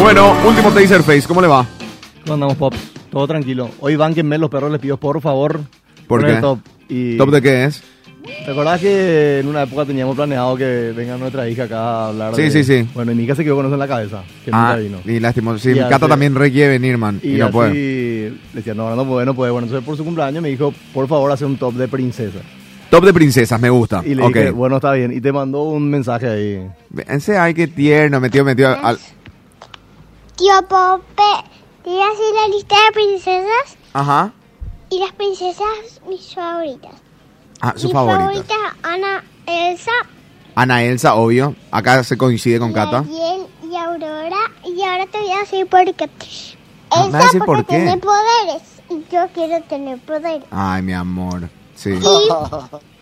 Bueno, último Taserface, ¿cómo le va? ¿Cómo andamos, Pops? Todo tranquilo. Hoy bánquenme los perros, les pido por favor. ¿Por poner qué? Top. Y ¿Top de qué es? ¿Te acordás que en una época teníamos planeado que venga nuestra hija acá a hablar? Sí, de- sí, sí. Bueno, y Mica se quedó con eso en la cabeza, que Ah, nunca vino. y lástima. Sí, Y Cata hace- también requiere venir, man. Y, Y, no así puede. le decía, no, no puede, no puede. Bueno, entonces por su cumpleaños me dijo, por favor, hace un top de princesa. Top de princesas, me gusta. Y le Ah, ok. dije, bueno, está bien. Y te mandó un mensaje ahí. Ese, ay, qué tierno, metió, metió. al- Tío Pope, te voy a hacer la lista de princesas Ajá. y las princesas mis favoritas. Ah, su Mi favorita. Ana, Elsa, Ana Elsa, obvio. Acá se coincide con Cata. Ariel y Aurora. Y ahora te voy a decir por qué. Elsa Ah, me va a decir por porque qué. tiene poderes y yo quiero tener poderes. Ay, mi amor. Sí. Y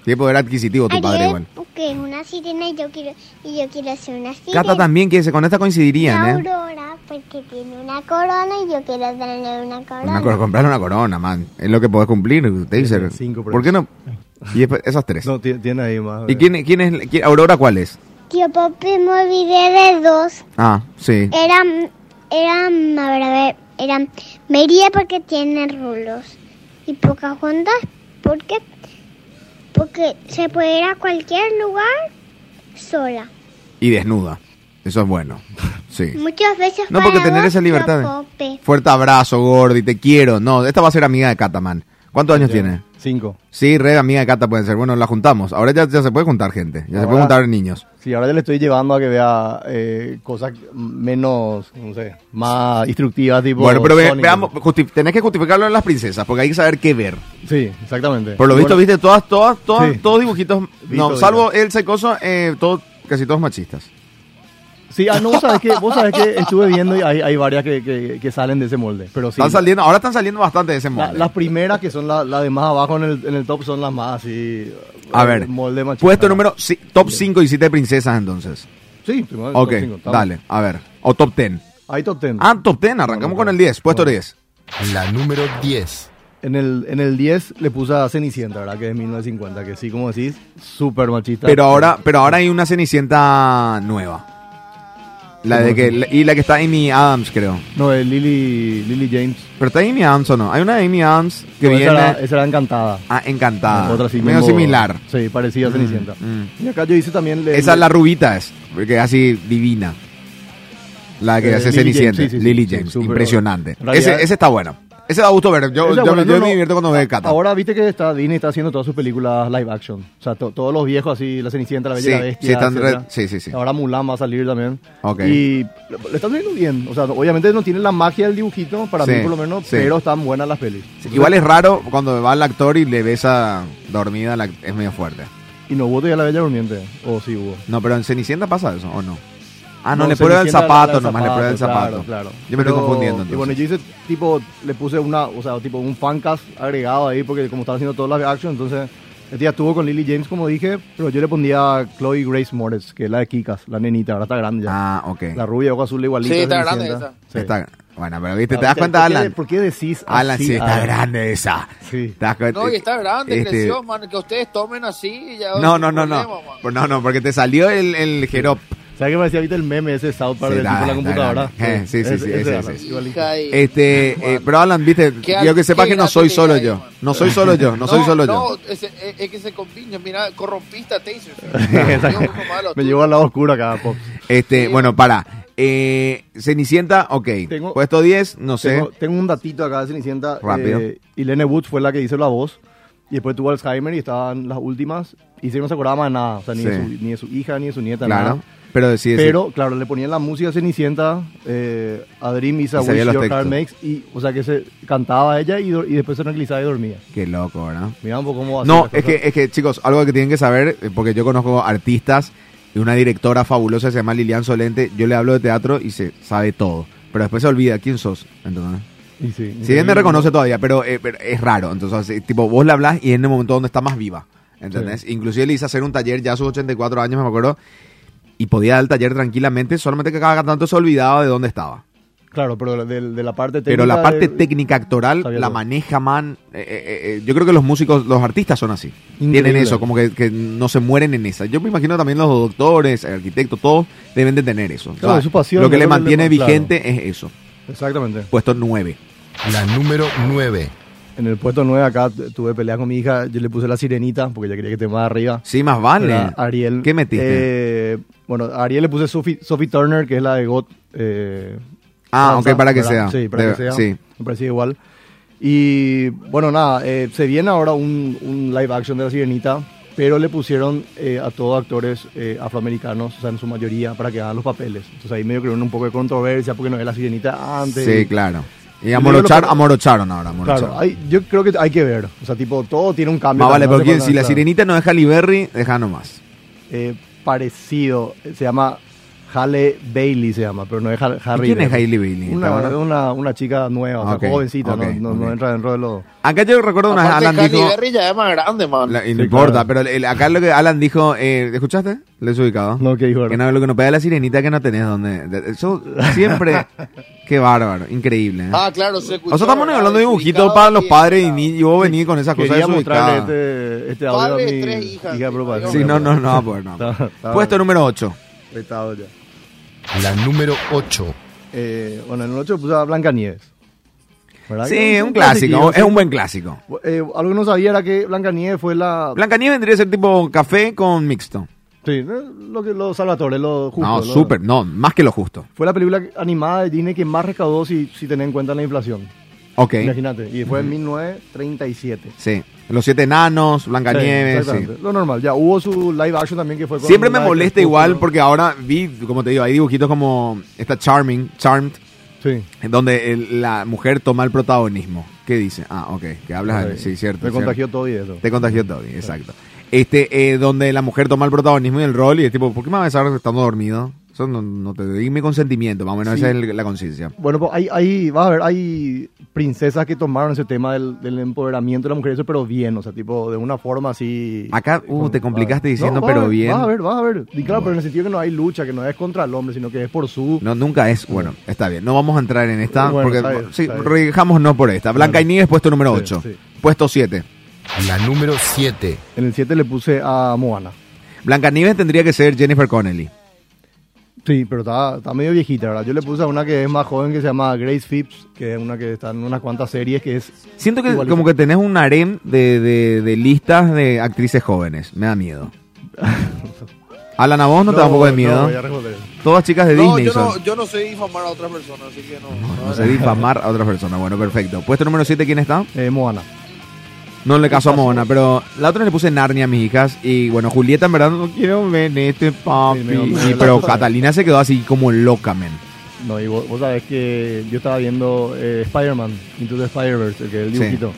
Tiene poder adquisitivo tu padre Ariel igual. porque es una sirena y yo quiero y yo quiero ser una sirena. Cata también, que se- con esta Y coincidirían, ¿eh? Aurora porque tiene una corona y yo quiero tener una corona. Una cor- comprar una corona, man. Es lo que podés cumplir, Taser. cinco por ¿Por qué no? Y después, esas tres. No, ti- tiene ahí más. ¿Y quién, quién es? quién- ¿Aurora cuál es? Tío Pope, me olvidé de dos. Ah, sí. Eran, eran, a ver, a ver, eran María porque tiene rulos y Pocahontas porque, porque se puede ir a cualquier lugar sola. Y desnuda. Eso es bueno. Sí. Muchas veces No, para porque tener vos, esa libertad. ¿eh? tío Pope. Fuerte abrazo, Gordy, te quiero. No, esta va a ser amiga de Cata, man. ¿Cuántos años tiene? Cinco. Sí, red amiga de Cata pueden ser. Bueno, la juntamos. Ahora ya, ya se puede juntar gente. Ya se Ahora- puede juntar niños. Sí, ahora yo le estoy llevando a que vea eh, cosas menos, no sé, más instructivas, tipo. Bueno, pero ve- Sonic. veamos. justi- tenés que justificarlo en las princesas, porque hay que saber qué ver. Sí, exactamente. Por lo visto, Bueno, viste, todas, todas, todas, Sí. todos dibujitos. Visto, no, salvo el secoso, eh, todo, casi todos machistas. Sí, ah, no, vos sabés que, vos sabés que estuve viendo y hay, hay varias que, que, que salen de ese molde. Pero sí, Están saliendo, ahora están saliendo bastante de ese la- molde. las primeras que son la- las de más abajo en el, en el top son las más así. A eh, ver, molde machista. puesto número ci- top 5 y 7 princesas entonces. Sí, primero el Ok, top cinco, estamos. dale, a ver. O top 10. Ahí top 10. Ah, top 10, arrancamos con el 10, puesto Bueno. 10. La número 10. En el, en el 10 le puse a Cenicienta, ¿verdad? Que es 1950, que sí, como decís, súper machista. Pero ahora, pero ahora hay una Cenicienta nueva. La de que la- y la que está Amy Adams, creo. No, es Lily, Lily James. Pero está Amy Adams o no? Hay una de Amy Adams que No, viene esa, era, esa era encantada. ah, encantada. Otra así medio mismo- similar. Sí, parecida a Cenicienta. mm. Y acá yo hice también. le- Esa es le- la rubita es, que es así divina. La que Eh, hace Lily Cenicienta, James, sí, sí, sí. Lily Sí, James, súper. impresionante. En realidad- ese, ese está bueno. Ese da gusto ver. Yo, Esa yo- buena, yo no, me no. divierto cuando veo Cata. Ahora viste que está Disney está haciendo todas sus películas live action. O sea, to- todos los viejos así, La Cenicienta, La Bella y Sí, la Bestia. sí, están re- etcétera. sí, sí, sí. Ahora Mulan va a salir también. Ok. Y le le están viendo bien. O sea, obviamente no tienen la magia del dibujito, para Sí, mí por lo menos, sí. pero están buenas las pelis. Igual es raro cuando va el actor y le besa dormida, la- es medio fuerte. Y no hubo todavía La Bella Durmiente. O sí hubo. No, pero en Cenicienta pasa eso, ¿o no? Ah, no, No, le prueba el Cenicienta zapato, era nomás le prueba el zapato. Claro, claro. Yo me estoy Pero- confundiendo Y bueno, entonces. yo hice tipo, le puse una, o sea, tipo un fancast agregado ahí, porque como estaba haciendo todas las action, entonces este día estuvo con Lily James, como dije, pero yo le pondría Chloe Grace Moretz, que es la de Kikas, la nenita, ahora está grande ya. Ah, ok. La rubia, ojo azul, igualita. Sí, está Cenicienta. grande esa. Sí. Está- bueno, pero viste, Ah, te das cuenta, ¿por qué- Alan. ¿Por qué decís Alan, así, sí, está Alan? grande esa. Sí. ¿Te das cuenta? No, y está grande, Este- creció, man. Que ustedes tomen así. Ya No, es no, un no, no. problema, man. Por- No, no, porque te salió el, el Jerop. ¿Sabes qué parecía ahorita el meme ese South Park Sí, del tipo está- en la está computadora? grande. Eh, sí, sí, sí, ese, Alan, ese. igualito. Hija de- Este, eh, pero Alan, viste, Qué yo que al- sepa qué que no grande soy que solo hay, yo. man. No soy solo yo, no soy solo yo. No, es, es- es que se combina, mira, corrompista Taser. Exacto. Dios, uno malo, Me tú. llevó al lado oscuro acá, Pop. Este, bueno, para. Eh, Cenicienta, ok. Tengo- Puesto 10, no sé. Tengo, tengo un datito acá de Cenicienta. Rápido. Eh, Ilene Woods fue la que hizo la voz. Y después tuvo Alzheimer y estaban las últimas. Y se no se acordaba más de nada. O sea, ni, de, Sí. su, ni de su hija, ni de su nieta, claro. nada. Pero decide. Pero, claro, le ponían la música a Cenicienta, eh, a Dream is a Y sabía Wish los Your textos. Heart Makes, y, o sea, que se cantaba ella y, do- y después se tranquilizaba y dormía. Qué loco, ¿verdad? Mirá un poco cómo hacía No, las es cosas. que, es que, chicos, algo que tienen que saber, eh, porque yo conozco artistas y una directora fabulosa se llama Lilian Solente. Yo le hablo de teatro y se sabe todo. Pero después se olvida quién sos. Entonces, Y sí, si bien me increíble. reconoce todavía, pero, eh, pero es raro. Entonces, así, tipo, vos le hablas y es en el momento donde está más viva. ¿Entendés? Inclusive le hice hacer un taller ya a sus 84 años, me acuerdo, y podía dar el taller tranquilamente, solamente que cada tanto se olvidaba de dónde estaba. Claro, pero de, de la parte técnica. Pero la parte de- técnica actoral Sabía la todo. maneja man. eh, eh, eh, yo creo que los músicos, los artistas son así. Tienen Increíble. eso, como que, que no se mueren en esa. Yo me imagino también los doctores, arquitectos, todos deben de tener eso. O Claro, sea, su pasión, lo que yo le creo que le- mantiene claro. vigente es eso. Exactamente. Puesto 9. La número 9. En el puesto 9 acá t- tuve pelea con mi hija. Yo le puse la sirenita porque ella quería que esté más arriba. Sí, más vale. Era Ariel. ¿Qué metiste? Eh, bueno, a Ariel le puse Sophie, Sophie Turner, que es la de God. eh, Ah, Danza, ok, para que ¿verdad? sea. Sí, para De- que sea. sí. Me parecía igual. Y bueno, nada, eh, se viene ahora un, un live action de La Sirenita, pero le pusieron eh, a todos actores eh, afroamericanos, o sea, en su mayoría, para que hagan los papeles. Entonces ahí medio creó un poco de controversia porque no era La Sirenita antes. sí, claro. Y Yo amorochar, digo lo que- amorocharon ahora. Amorocharon. Claro, hay- yo creo que hay que ver. O sea, tipo, todo tiene un cambio. más vale, también, porque no se si la pasa- sirenita no es Halle Berry, deja nomás. eh, parecido. Se llama Halle Bailey, se llama, pero no es Har- Harry. ¿Quién es Bailey? Hailey Bailey? ¿Está Una, buena? una, una chica nueva, o sea, Ok, jovencita, ok, no, no- no ok. entra dentro de los... Acá yo recuerdo una vez Aparte, Alan Halle dijo. Berry ya es más grande, man. La- y no Sí, importa, claro. pero el- acá lo que Alan dijo, eh, ¿escuchaste? Le he ubicado. No, que dijo, Que no, lo que no pega la sirenita que no tenés donde. de- Eso siempre. qué bárbaro, increíble. ¿eh? Ah, claro, se escuchó. Nosotros estamos ¿verdad? hablando de dibujitos Desubicado, para los sí, padres y, claro. ni, y vos venís con esas cosas Quería mostrarle desubicadas. este, este audio Padres, a mi tres hijas, hija, pero sí, para- Sí, no, no, no, pues no. este- Está- está- Puesto número 8. Apretado ya. La número 8. Eh, bueno, en el 8 puse a Blanca Nieves. Sí, es un clásico, Eh, es un buen clásico. algo que no Eh, sabía era que Blanca Nieves fue la... Blancanieves vendría a ser tipo café con mixto. Sí, eh, lo que, los Salvatore, los justos. no, los- súper, no, más que lo justo. Fue la película animada de Disney que más recaudó si, si tenés en cuenta la inflación. Ok. Imagínate. Y fue en 1937. Sí. Los siete enanos, Blancanieves, sí. Exactamente. Lo normal. Ya hubo su live action también que fue con Siempre me la de molesta Crepúsculo. igual porque ahora vi, como te digo, hay dibujitos como esta Charming, Charmed, Sí. en donde el- la mujer toma el protagonismo. ¿Qué dice? Ah, ok, que hablas, Ok. sí, cierto. Me cierto. contagió todo y eso. Te contagió Toby, exacto. Este, eh, donde la mujer toma el protagonismo y el rol y es tipo, ¿por qué me vas a besar estando dormido? Eso no, no te di mi consentimiento, más o menos Sí. esa es el- la conciencia. Bueno, pues hay, hay, vas a ver, hay princesas que tomaron ese tema del, del empoderamiento de la mujer, eso, pero bien, o sea, tipo, de una forma así. Acá, uh, con- te complicaste vas a ver. diciendo, vas a pero ver, bien. Vas a ver, vas a ver. Y claro, pero en el sentido que no hay lucha, que no es contra el hombre, sino que es por su. No, nunca es, bueno, está bien, no vamos a entrar en esta, Bueno, porque está bien, sí, está bien. rejamos no por esta. Blanca y Nieves, puesto número Sí, 8. sí. Puesto 7. La número 7. En el 7 le puse a Moana. Blanca Nieves tendría que ser Jennifer Connelly. Sí, pero está, está medio viejita, ¿verdad? Yo le puse a una que es más joven que se llama Grace Phipps, que es una que está en unas cuantas series que es. Siento que Igualito. como que tenés un harem de, de- de listas de actrices jóvenes. Me da miedo. Alan, ¿a vos no, te da un poco de miedo? No, voy a responder. Todas chicas de No, Disney yo son. no, yo no soy difamar a otra persona, así que no. No sé difamar a otra persona. Bueno, perfecto. Puesto número 7, ¿quién está? Eh, Moana. No le caso a Mona, pero la otra le puse Narnia a mis hijas. Y bueno, Julieta en verdad no quiero ver este papi. Sí, me- me- Y, me- pero me- Catalina se quedó así como loca, men. No, y vos, vos sabés que yo estaba viendo eh, Spider-Man, Into the Spider-Verse, el que es el Sí. dibujito.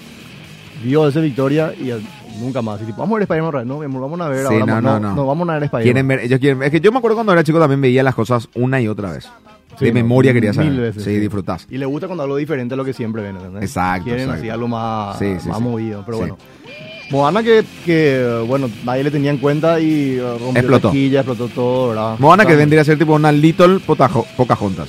Vio ese Victoria y eh, nunca más. Y tipo, vamos a ver Spider-Man otra vez. No, mi amor, vamos a ver Sí, ahora. no, vamos- no, no. vamos a ver Quieren Spider-Man. ver, ellos quieren, es que yo me acuerdo cuando era chico también veía las cosas una y otra vez. Sí, de no, memoria mil quería saber. veces, sí, sí. disfrutás. Y le gusta cuando algo diferente a lo que siempre ven, ¿entendés? Exacto, Quieren exacto. así algo más, Sí, sí, más sí. movido, pero Sí. bueno. Moana que, que, eh, bueno, nadie le tenía en cuenta y eh, rompió Explotó. taquilla, explotó todo, ¿verdad? Moana que Está- vendría a ser tipo una Little Potajo- Pocahontas.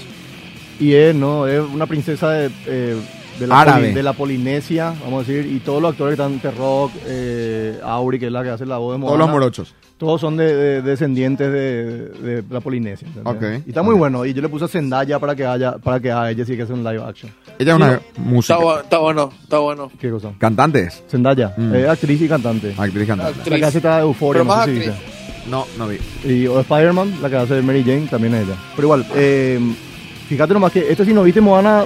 Y es, ¿no? Es una princesa de, eh, de, la, Árabe. Poli- de la Polinesia, vamos a decir, y todos los actores que están, The Rock, eh, Auri, que es la que hace la voz de Moana. Todos los morochos. Todos son de, de- descendientes de, de la Polinesia. ¿entendés? Ok. Y está muy Ok. bueno. Y yo le puse a Zendaya para que haya, para que a ella sí que hace un live action. Ella es una música. Está, bu- está bueno, está bueno. ¿Qué cosa? Cantante es. Zendaya, Mm. eh, actriz y cantante. Actriz cantante. La que hace esta euforia, Pero no más sé si actriz. viste. No, no vi. Y o Spider-Man, la que hace Mary Jane, también es ella. Pero igual, eh, fíjate nomás que este si no viste Moana,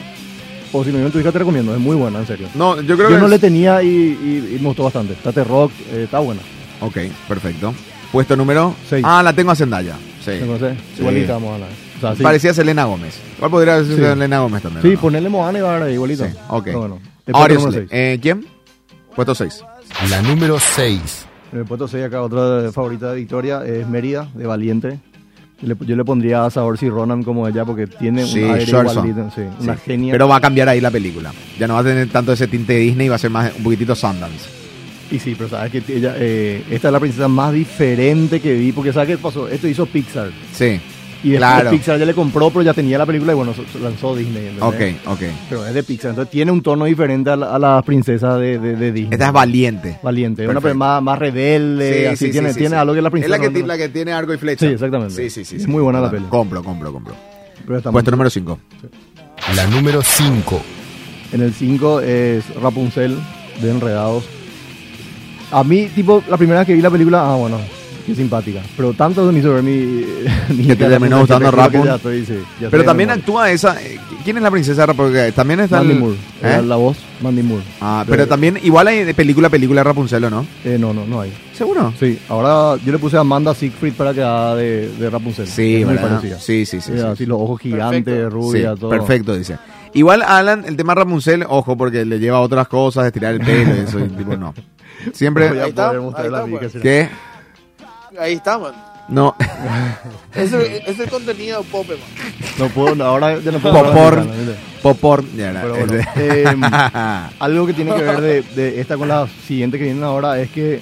o si no viste, tu hija, te recomiendo. Es muy buena, en serio. No, yo creo Yo que no es- le tenía y, y- y me gustó bastante. Tate Rock, eh, está buena. Ok, perfecto. Puesto número Seis. Ah, la tengo a Zendaya. Sí. ¿Me conoces? Sí. Igualita Moana. O sea, Ah, sí. Parecía Selena Gómez. ¿Cuál podría ser Sí. Selena Gómez también? Sí, o no? ponerle Moana y va a ver igualita. Sí, ok. Está bueno. El Ahora, puesto número Yusle, seis. eh, ¿quién? Puesto 6. La número 6. En el puesto 6 pues acá, otra favorita de Victoria es Mérida, de Valiente. Le- yo le pondría a Saoirse Ronan como ella porque tiene Sí, un aire Saoirse. igualito. Sí, una genia. Pero va a cambiar ahí la película. Ya no va a tener tanto ese tinte de Disney, va a ser más un poquitito Sundance. Y sí, pero sabes que ella, eh, esta es la princesa más diferente que vi porque sabes qué pasó. Esto hizo Pixar. Sí. Y después Claro. Pixar ¿eh? ya le compró, pero ya tenía la película y bueno, so- so- lanzó Disney. Ok, ¿entendés? ok. Pero es de Pixar, entonces tiene un tono diferente a la, a la princesa de, de- de Disney. Esta es valiente. Valiente, es una Perfecto. pe- más, más rebelde, Sí, así sí, tiene, sí, sí, tiene sí. algo que la princesa. Es la que, no- ti- la que tiene arco y flecha. Sí, exactamente. Sí, sí, sí. Es sí. muy buena la Ah, peli. Compro, compro, compro. pero está Puesto mal. número 5. La número 5. En el 5 es Rapunzel de Enredados. A mí, tipo, la primera vez que vi la película, ah, bueno, qué simpática. Pero tanto se me hizo ver mi. mi Que te hija terminó Rapunzel, gustando que creo que Rapun. ya estoy, sí, ya Pero estoy también enamorado. actúa esa. eh, ¿Quién es la princesa? Porque también está Mandy el- Moore, ¿eh? era la voz, Mandy Moore. Ah, pero también, igual hay de película a película Rapunzel, ¿o ¿no? Eh, no, no, no hay. ¿Seguro? Sí, ahora yo le puse a Amanda Siegfried para que haga de, de Rapunzel. Sí, es muy ¿verdad? parecida. Sí, sí, sí, Eh, sí, así sí. los ojos gigantes, Perfecto. rubia, Sí, todo. Perfecto, dice. Igual, Alan, el tema Rapunzel, ojo, porque le lleva a otras cosas, estirar el pelo y eso, y tipo, no. Voy a Siempre. Ahí está, poder mostrar ahí la está, vida, pues. sí. ¿Qué? Ahí está, man. No. Es el, es el contenido pop, man. No puedo, no, ahora ya no puedo. hablar Popor. mexicano, ¿viste? Popor. Ya era, este. Pero bueno, ese. em, algo que tiene que ver de, de esta con la siguiente que vienen ahora es que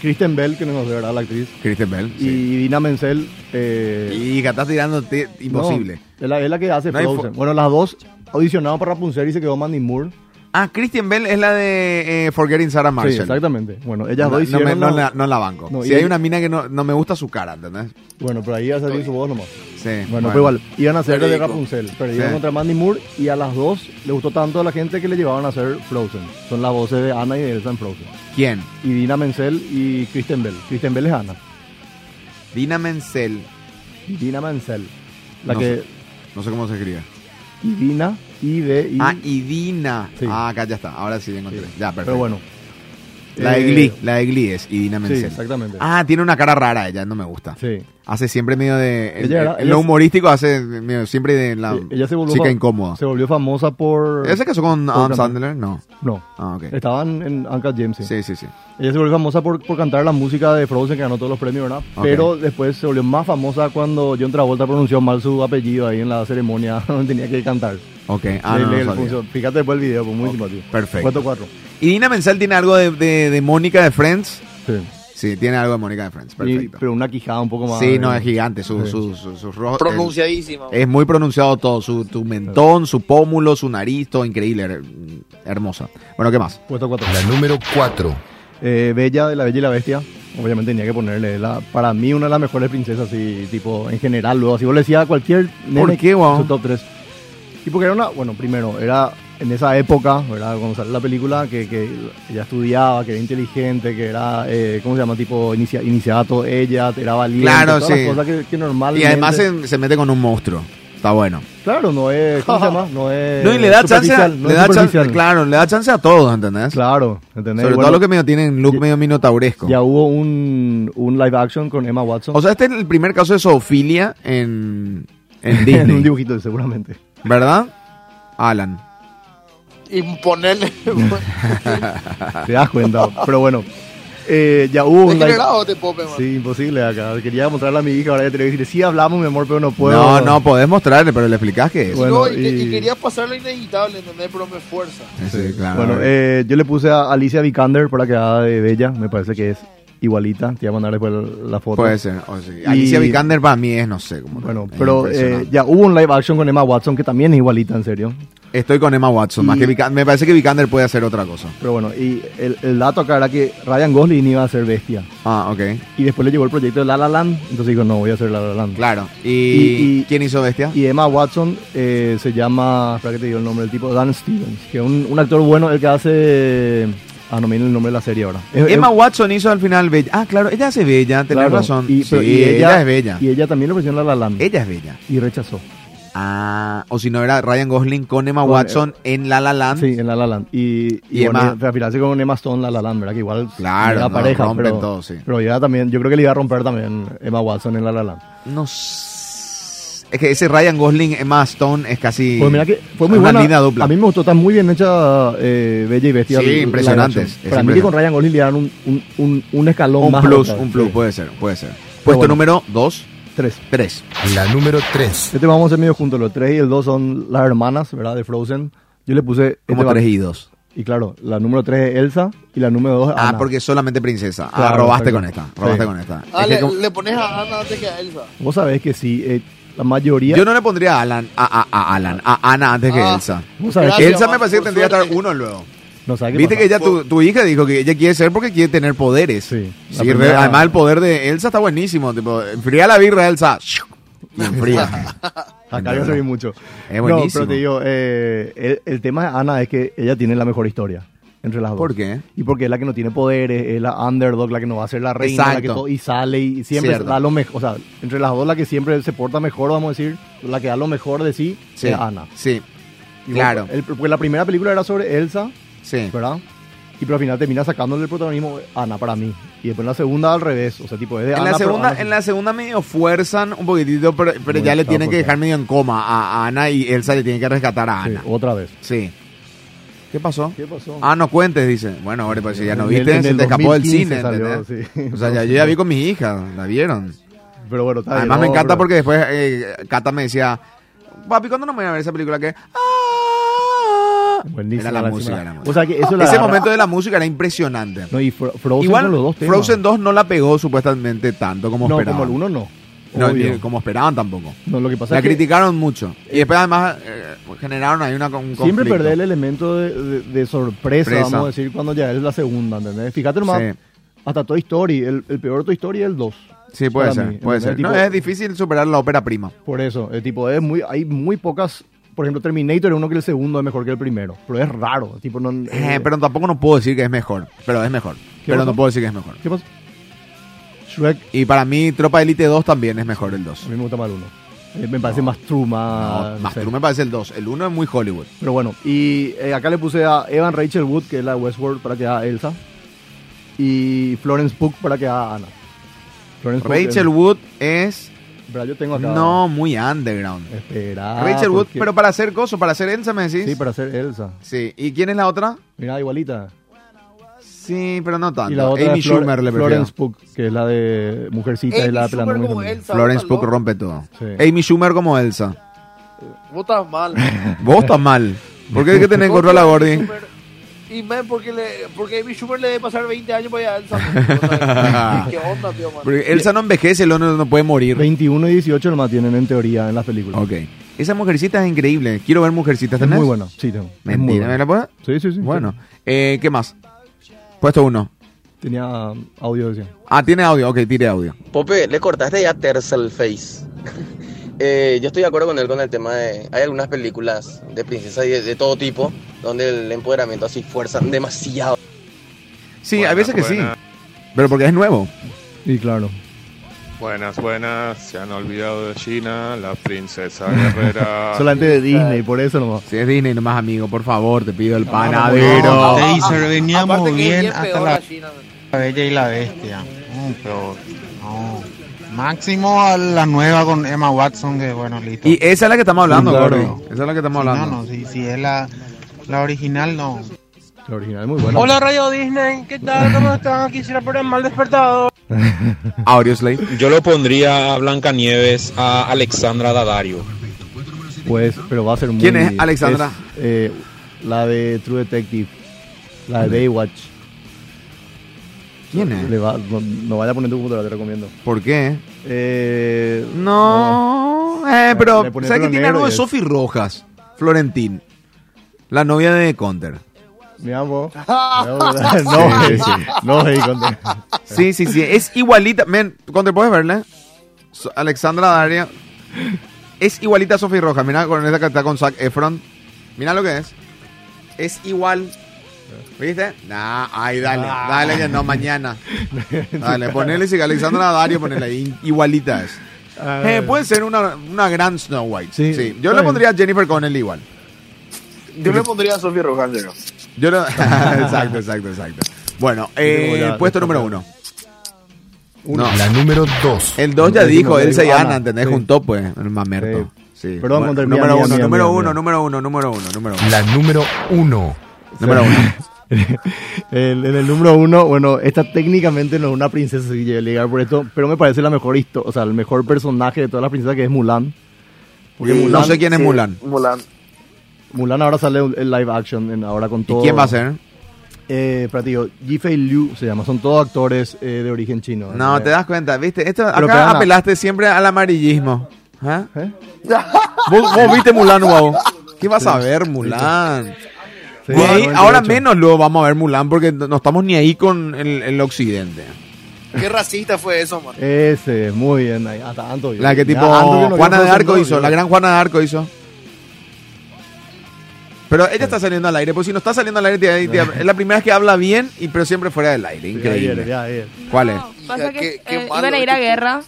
Kristen Bell, que no nos verá la actriz, Kristen Bell. sí. y Dina Menzel. Eh, Hija, estás tirando te- imposible. no, es, la, es la que hace No hay fo- Frozen. Bueno, las dos audicionaron para Rapunzel y se quedó Mandy Moore. Ah, Kristen Bell es la de eh, Forgetting Sarah Marshall. Sí, exactamente. Bueno, ellas No, dos no, hicieron. me- no la- la, no la banco. No, si y- hay una mina que no, no me gusta su cara, ¿entendés? Bueno, pero ahí ya salió su voz nomás. Sí. Bueno, pero igual, iban a hacer de Perico. Rapunzel, pero iban Sí. contra Mandy Moore y a las dos le gustó tanto a la gente que le llevaban a hacer Frozen. Son las voces de Anna y de Elsa en Frozen. ¿Quién? Y Dina Menzel y Kristen Bell. Kristen Bell es Anna. Dina Menzel. Dina Menzel. La No que. sé. No sé cómo se escribe. Y Dina, I, D, I. Ah, y Dina. Sí. Ah, acá ya está. Ahora sí la encontré. Sí. Ya, perfecto. Pero bueno. La de Eh, Glee. La de Glee es y Dina Sí, Menzel. exactamente. ah, tiene una cara rara ella, no me gusta. Sí. Hace siempre medio de. el- Ella era- el- ella lo es- humorístico hace medio siempre de la Eh, ella se volvió. chica fa- incómoda. Se volvió famosa por. ¿Ella se casó con por Adam cantar. Sandler? No. No. Ah, ok. Estaban en Anka James. sí. Sí, sí, sí. Ella se volvió famosa por, por cantar la música de Frozen, que ganó todos los premios, ¿verdad? Ok. Pero después se volvió más famosa cuando John Travolta pronunció mal su apellido ahí en la ceremonia donde tenía que cantar. Ok. Ah, Le- no, no le- sabía. pronunció- Fíjate después el video, pues muy simpático. perfecto. Cuatro, cuatro. Y Dina Menzel tiene algo de, de, de Mónica de Friends. Sí. Sí, tiene algo de Mónica de Friends. Y- Perfecto. pero una quijada un poco más. sí, no, es gigante. Su, Sí. su, su, su rostro. Pronunciadísima. man. Es muy pronunciado todo, su tu mentón, su pómulo, su nariz, todo increíble, her- hermosa. Bueno, ¿qué más? Puesto cuatro. La número 4. Eh, Bella de la Bella y la Bestia. Obviamente tenía que ponerle la, para mí una de las mejores princesas y tipo en general luego si vos le decías a cualquier nene ¿Por qué, guau? su top 3. Y porque era una, bueno, primero era en esa época, ¿verdad? Cuando salió la película que, que ella estudiaba, que era inteligente, que era eh, ¿cómo se llama? tipo inicia, iniciaba todo ella, era valiente, Claro, todas sí. las cosas que, que normalmente Y además se, se mete con un monstruo. Está bueno. Claro, no es ¿cómo se llama? No es Eh, no, y le da chance, a, superficial, no le es da chance superficial. claro, le da chance a todos, ¿entendés? Claro, ¿entendés? Sobre Y todo bueno, los que medio tienen look ya- medio minotauresco. ya hubo un, un live action con Emma Watson. O sea, este es el primer caso de zoofilia en, en en un Disney, dibujito, seguramente. ¿verdad? Alan. Imponerle. Ah. Te das cuenta. Pero bueno, eh, ya hubo un live. Degenerado te pop, este man. Sí, imposible acá. Quería mostrarle a mi hija, ahora ya te le voy a decir, sí hablamos, mi amor, pero no puedo. No, no, podés mostrarle, pero le explicás qué es. Bueno, No, y, que- y- y quería pasar lo inevitable, ¿entendés? Pero me fuerza. Sí, claro. Bueno, eh, yo le puse a Alicia Vikander para que haga de Bella, me parece que es igualita. Te voy a mandar después la foto. Puede ser. o sí. Alicia y- Vikander para mí es, no sé. Como Bueno, es pero eh, impresionante. ya hubo un live action con Emma Watson que también es igualita, en serio. Estoy con Emma Watson. Más y- que Vikander, me parece que Vikander puede hacer otra cosa. Pero bueno, y el, el dato acá era que Ryan Gosling iba a ser bestia. Ah, ok. Y después le llegó el proyecto de La La Land, entonces dijo, no, voy a hacer La La Land. Claro. ¿Y, Y- y- quién hizo Bestia? Y Emma Watson eh, se llama, espera que te digo el nombre del tipo, Dan Stevens, que es un, un actor bueno, el que hace... Ah, no, miren el nombre de la serie ahora. Es- Emma es- Watson hizo al final Bella. Ah, claro, ella hace Bella, tenés claro, razón. Y, sí, pero- y ella, es Bella. Eh. Y ella también le ofreció en La La Land Ella es Bella. y rechazó. Ah, o si no era Ryan Gosling con Emma Con- Watson en La La Land. Sí, en La La Land. Y, y, Y bueno, Emma- al final se con Emma Stone La La Land, ¿verdad? Que igual Claro, era no, pareja, rompen pero, todo, sí. pero ella también, yo creo que le iba a romper también Emma Watson en La La Land. No s- Es que ese Ryan Gosling, Emma Stone, es casi. Pues mira que fue muy una buena. linda dupla. A mí me gustó, está muy bien hecha eh, Bella y Bestia. Sí, la- la impresionantes, versión. es Para mí que impresionante. con Ryan Gosling le dan un, un, un, un escalón un más. plus, arriba, un plus, pues. sí. puede ser, puede ser. Puesto bueno. Este número 2, Tres. 3. La número 3. Este vamos a ser medio juntos. Los tres y el dos son las hermanas, ¿verdad? De Frozen. Yo le puse... Como este va- 3 y 2. Y claro, la número tres es Elsa y la número dos es Ah, Anna. porque solamente princesa. Ah, Claro, robaste exacto. con esta. Robaste Sí. con esta. Ah, Es que le, como- le pones a Ana antes que a Elsa. Vos sabés que sí. eh, La mayoría. Yo no le pondría a Alan, a, a- a Alan, a Ana antes que Ah. Elsa. Vos sabés Gracias, Elsa me Max, parece que por tendría que estar suerte. uno luego. no sabes qué Viste pasa. que ella, tu, tu hija dijo que ella quiere ser porque quiere tener poderes. Sí. Sí, La re- primera- además el poder de Elsa está buenísimo. Tipo, enfría la birra, Elsa. Y Ah, enfría. Acá yo soy mucho. Es buenísimo. No, pero te digo, eh, el, el tema de Ana es que ella tiene la mejor historia entre las dos. ¿Por qué? Y porque es la que no tiene poderes, es la underdog, la que no va a ser la reina, la que Exacto. todo- y sale y siempre Cierto. da lo mejor. O sea, entre las dos, la que siempre se porta mejor, vamos a decir, la que da lo mejor de sí, Sí, es eh, Ana. Sí, Y eh, Claro. el- porque la primera película era sobre Elsa, sí. ¿verdad? Y pero al final termina sacándole el protagonismo a Ana para mí. Y después en la segunda al revés. O sea, tipo, es de En Ana. la, pero segunda, Ana- en la segunda medio fuerzan un poquitito, pero, pero Muy ya le capo, tienen que dejar claro. medio en coma a, a Ana y Elsa le tiene que rescatar a Sí, Ana. otra vez. Sí. ¿Qué pasó? ¿Qué pasó? Ah, no cuentes, dice. Bueno, ahora pues si ya no En el- viste, en se el te escapó del cine. 2015 salió, ¿entendés? sí. O sea, ya, yo ya vi con mis hijas, la vieron. Pero bueno, está bien, Además me no, encanta pero- porque después eh, Cata me decía, papi, ¿cuándo no me voy a ver esa película que... Ah". Buenísima Era la, la música, encima. la O música. sea que eso la Ese agarra- momento de la música era impresionante. No, y Fro- Frozen Igual son los dos temas. Frozen 2 no la pegó supuestamente tanto como No, esperaban. como el uno no. No, ni Obvio. como esperaban tampoco. No, lo que pasa la es que criticaron mucho. Y después además eh, generaron ahí una, un conflicto. siempre perdés el elemento de, de- de sorpresa, Sorpresa. vamos a decir, cuando ya es la segunda, ¿entendés? Fíjate nomás, Sí. hasta Toy Story, el, el peor Toy Story es el 2. Sí, puede Para ser, mí, puede ¿entendés? ser. No, Tipo- es difícil superar la ópera prima. Por eso, el tipo es muy, hay muy pocas, por ejemplo, Terminator es uno que el segundo es mejor que el primero, pero es raro, tipo no... Eh, pero tampoco no puedo decir que es mejor. Pero es mejor. Pero pasó? no puedo decir que es mejor. ¿Qué pasa? Shrek, Y para mí, Tropa Elite 2 también es mejor el 2. a mí me gusta más el 1. Eh, Me parece más true, No, más... no más sé. True me parece el 2. El 1 es muy Hollywood. Pero bueno, y eh, acá le puse a Evan Rachel Wood, que es la de Westworld, para que haga Elsa. Y Florence Pugh para que haga Ana. Florence Pugh, Rachel eh, Wood es Espera, yo tengo acá. no muy underground. Espera. Rachel Wood, Ah, porque- pero para hacer gozo, para hacer Elsa, me decís. Sí, para ser Elsa. Sí. ¿Y quién es la otra? Mira, igualita. Sí, pero no tanto. Y la otra Amy es Flor- Schumer le prefiero. Florence Pugh, que es la de Mujercita y la de Plan Super Número como Uno. Elsa. Florence vota Pugh loco. rompe todo. Sí. Amy Schumer como Elsa. Votas mal. Vos estás mal. ¿Por qué es que tenés en contra a la Gordy? Y man, porque, le, porque Amy Schumer le debe pasar 20 años para allá a Elsa. ¿Qué onda, tío, man? Porque Elsa no envejece, el no, no puede morir. 21 y 18 nomás tienen en teoría en las películas. Ok. Esa mujercita es increíble. Quiero ver mujercitas. Es ¿Tenés? muy buena. Sí, tengo. Es muy Mentira, buena. ¿me la puedo? Sí, sí, sí. Bueno, eh, ¿qué más? Puesto uno. Tenía um, audio, decía. Ah, tiene audio. Ok, tire audio. Pope, le cortaste ya Tercel Face. Eh, yo estoy de acuerdo con él con el tema de. Hay algunas películas de princesas y de, de todo tipo donde el empoderamiento así fuerzan demasiado. Sí, hay Buena, veces que buena. sí. Pero porque es nuevo. Y claro. Buenas, buenas. Se han olvidado de China, la princesa Ah, guerrera. Solamente de Disney, por eso nomás. Si es Disney nomás, amigo, por favor, te pido el No, panadero. a- a- Taser, venía Ah, aparte muy que bien es hasta peor la- a China, man. La Bella y la Bestia. No, peor. No. Máximo a la nueva con Emma Watson, que bueno, listo. Y esa es la que estamos hablando, Sí, claro. Gordy. Esa es la que estamos no, hablando. no, si, si es la, la original, no. La original es muy buena. Radio Disney, ¿qué tal? ¿Cómo están? Quisiera poner mal despertado. Audio Slave. Yo lo pondría a Blancanieves a Alexandra Daddario. Pues, pero va a ser muy... ¿Quién es Alexandra? es, eh, la de True Detective. La de Baywatch. ¿Quién Le es? va- no, no vaya a poner tu computadora, te recomiendo. ¿Por qué? Eh, No. Eh, pero, Le pone ¿sabes pelo que tiene negro algo de y es- Sophie Rojas? Florentín. La novia de Counter. Mi amor. No, Sí, hey, sí. no, hey, conté. Sí, sí, sí. Es igualita. Men, Counter, ¿puedes verla? So- Alexandra Daria. Es igualita a Sophie Rojas. Mira con esta que está con Zac Efron. Mira lo que es. Es igual. ¿Viste? Nah, ay, dale. Dale que no, mañana. Dale, ponele si Alexandra Dario, ponele ahí. Igualita es. Eh, puede ser una, una gran Snow White. Sí. Sí, Yo está le bien. pondría a Jennifer Connelly igual. Yo le pondría a Sofía Rojas, ¿no? Yo lo- exacto, exacto, exacto. Bueno, eh, Yo voy a- puesto número uno. No. La número 2. El 2 ya Entonces, dijo, número Elsa y digo, Ana, Ana, ¿entendés? sí. Juntó, pues, el mamerto. Sí. Perdón, contra el mía, número mía, uno, mía, número mía, uno, mía. número uno, número uno, número uno. La número 1. Número uno. El- En el número uno, bueno, esta técnicamente no es una princesa, si llega a llegar por esto, pero me parece la mejor historia, o sea, el mejor personaje de todas las princesas que es Mulan. Porque Y- Mulan, Eh, no sé quién es Sí, Mulan. Mulan. Mulan ahora sale en live action, en- ahora con ¿Y todo. quién va a ser? Eh, espérate, digo, Yifei Liu se llama, son todos actores eh, de origen chino. No, Eh, te das cuenta, ¿viste? Esto, Pero, pero, acá Ana- apelaste siempre al amarillismo. ¿Ah? ¿Eh? ¿Vos, vos viste Mulan, guau. ¿Qué vas a ver, Mulan? Sí, Y ahí, 98. ahora menos lo vamos a ver Mulan porque no no estamos ni ahí con el, el occidente. Qué racista fue eso, man. Ese, muy bien. ahí, a tanto, yo. La que Ya, tipo tanto que no Juana quiero de Arco hacer hizo, novio. la gran Juana de Arco hizo. Pero ella está saliendo al aire, pues si no está saliendo al aire, te- te- es la primera vez que habla bien, y pero siempre fuera del aire, Ya ayer, increíble. ya ayer. ¿Cuál es? Pasa Ya, que qué- qué eh, malo, iban a ir qué a tipo. guerra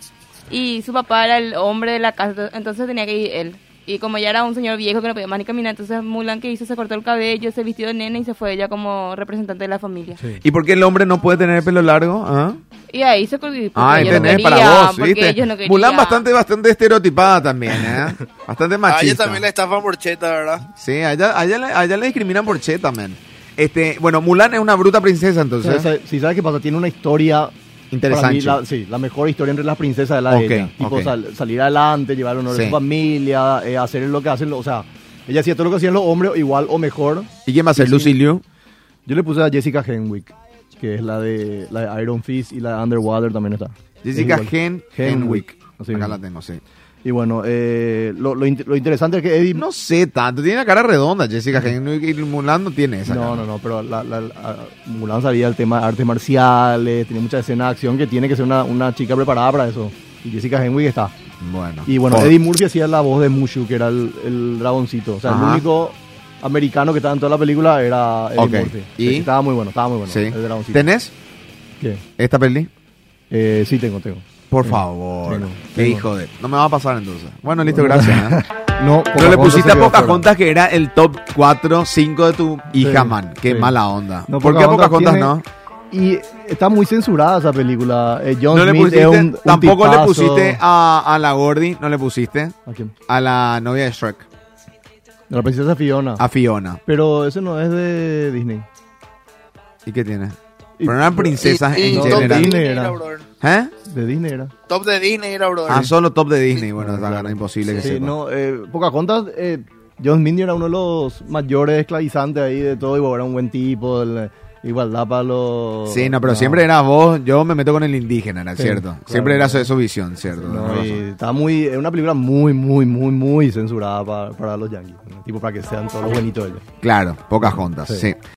y su papá era el hombre de la casa, ento- entonces tenía que ir él. Y como ya era un señor viejo que no podía más ni caminar, entonces Mulan que hizo se cortó el cabello, se vistió de nena y se fue ella como representante de la familia. ¿Y por qué el hombre no puede tener el pelo largo? ¿Ah? Y ahí se cortó. y porque Ay, ellos no tenés para querían, vos, porque ¿viste? ellos no Mulan querían. bastante, bastante estereotipada también, ¿eh? Bastante A Ah, ella machista. también la estafa morcheta, ¿verdad? Sí, allá, allá, le, allá le discriminan por che también. Este, bueno, Mulan es una bruta princesa, O sea, entonces. sa- si sabes qué pasa, tiene una historia. Interesante. para mí, la- sí, la mejor historia entre las princesas de la Ok, de ella. Tipo, ok. sal- salir adelante, llevar honor Sí. a su familia, eh, hacer lo que hacen. los- O sea, ella hacía todo lo que hacían los hombres, igual o mejor. ¿Y quién va a ser? Sí, Lucy sí. Liu. Yo le puse a Jessica Henwick, que es la de, la de Iron Fist y la de Underwater también está. Jessica Es igual. Hen Henwick. Así Acá mismo. la tengo, sí. Y bueno, eh, lo, lo in- lo interesante es que Eddie. No sé tanto, tiene la cara redonda Jessica Henwick y Mulan no tiene esa. No, cara. no, no, pero la, la- la- Mulan sabía el tema de artes marciales, tenía mucha escena de acción que tiene que ser una, una chica preparada para eso. Y Jessica Henwick está. Bueno. Y bueno, Por- Eddie Murphy hacía la voz de Mushu, que era el, el dragoncito. O sea, el Ajá. único americano que estaba en toda la película era Eddie Ok. Murphy. ¿Y? Sí, Estaba muy bueno, estaba muy bueno. sí. El dragoncito. ¿Tenés ¿Qué? esta peli? Eh, sí, tengo, tengo. Por Sí. favor. Tengo, Qué tengo. hijo de. No me va a pasar entonces. Bueno, listo, gracias. ¿eh? No, Pero le pusiste a pocas Pocahontas que era el top 4, 5 de tu hija, Sí, man. Qué sí. mala onda. ¿Por qué a Pocahontas no? Y está muy censurada esa película. Eh, John No le Smith pusiste, es un- un tampoco le tipazo. pusiste a, a la Gordy, no le pusiste ¿A quién? a la novia de Shrek, A La princesa Fiona. a Fiona. Pero ese no es de Disney. ¿Y qué tiene? Y- Pero no eran princesas Y- y en no, top de general. Disney. Disney era, era. brother. ¿Eh? De Disney era. Top de Disney era, brother. Ah, solo top de Disney. Bueno, esa gana imposible que Sí, sepa. no, eh, Pocahontas, eh, John Smith era uno de los mayores esclavizantes ahí de todo. Y bueno, era un buen tipo, el- eh, igualdad para los... Sí, no, pero siempre era vos, yo me meto con el indígena, era Sí, cierto. claro. siempre era su, su visión, cierto. No, Tenés y razón. está muy, es una película muy, muy, muy, muy censurada para, para los yankees. Tipo, para que sean todos los bonitos ellos. Claro, pocas juntas, sí. Sí.